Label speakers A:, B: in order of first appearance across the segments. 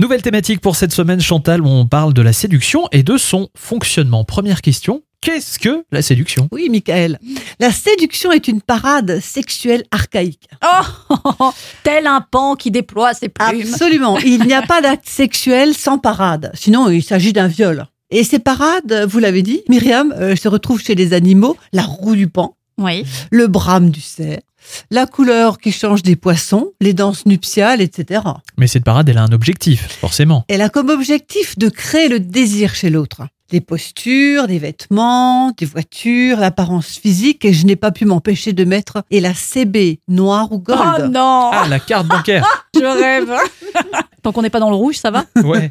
A: Nouvelle thématique pour cette semaine, Chantal, où on parle de la séduction et de son fonctionnement. Première question, qu'est-ce que la séduction
B: Oui, Michael. La séduction est une parade sexuelle archaïque.
C: Oh Tel un pan qui déploie ses plumes.
B: Absolument. Il n'y a pas d'acte sexuel sans parade. Sinon, il s'agit d'un viol. Et ces parades, vous l'avez dit, Myriam, euh, se retrouvent chez les animaux la roue du pan,
C: Oui.
B: le brame du cerf, la couleur qui change des poissons, les danses nuptiales, etc.
A: Mais cette parade, elle a un objectif, forcément.
B: Elle a comme objectif de créer le désir chez l'autre. Des postures, des vêtements, des voitures, l'apparence physique, et je n'ai pas pu m'empêcher de mettre et la CB noire ou gold.
C: Oh non
A: Ah, la carte bancaire
C: Je rêve Tant qu'on n'est pas dans le rouge, ça va
A: Ouais.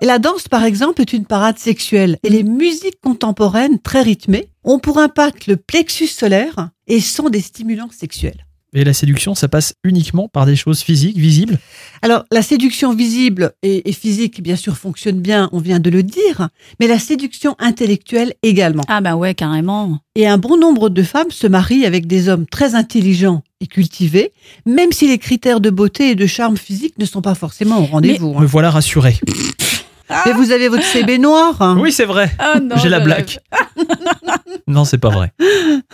B: Et la danse, par exemple, est une parade sexuelle. Et les musiques contemporaines, très rythmées, ont pour impact le plexus solaire et sont des stimulants sexuels.
A: Et la séduction, ça passe uniquement par des choses physiques, visibles
B: Alors, la séduction visible et, et physique, bien sûr, fonctionne bien, on vient de le dire, mais la séduction intellectuelle également.
C: Ah bah ouais, carrément.
B: Et un bon nombre de femmes se marient avec des hommes très intelligents et cultivés, même si les critères de beauté et de charme physique ne sont pas forcément au rendez-vous. hein.
A: Me voilà rassuré.
B: Mais vous avez votre CB noir. hein.
A: Oui, c'est vrai.
C: Ah non,
A: J'ai la
C: je
A: blague. Non, c'est pas vrai.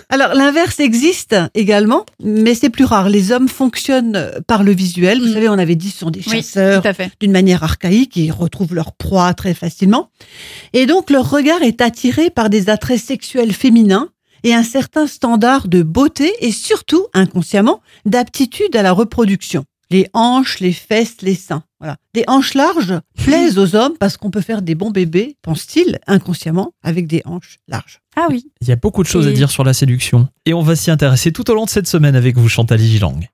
B: Alors l'inverse existe également, mais c'est plus rare. Les hommes fonctionnent euh, par le visuel. Vous
C: Mm.
B: savez, on avait dit ce sont des
C: rêve. Oui,
B: chasseurs
C: tout à fait.
B: d'une manière archaïque, ils retrouvent leur proie très facilement. Et donc leur regard est attiré par des attraits sexuels féminins et un certain standard de beauté et surtout, inconsciemment, d'aptitude à la reproduction. Les hanches, les fesses, les seins. Voilà. Des hanches larges plaisent aux hommes parce qu'on peut faire des bons bébés, pense-t-il, inconsciemment, avec des hanches larges.
C: Ah oui.
A: Il y a beaucoup de choses à
C: Et-
A: dire sur la séduction. Et on va s'y intéresser tout au long de cette semaine avec vous, Chantal Gilang.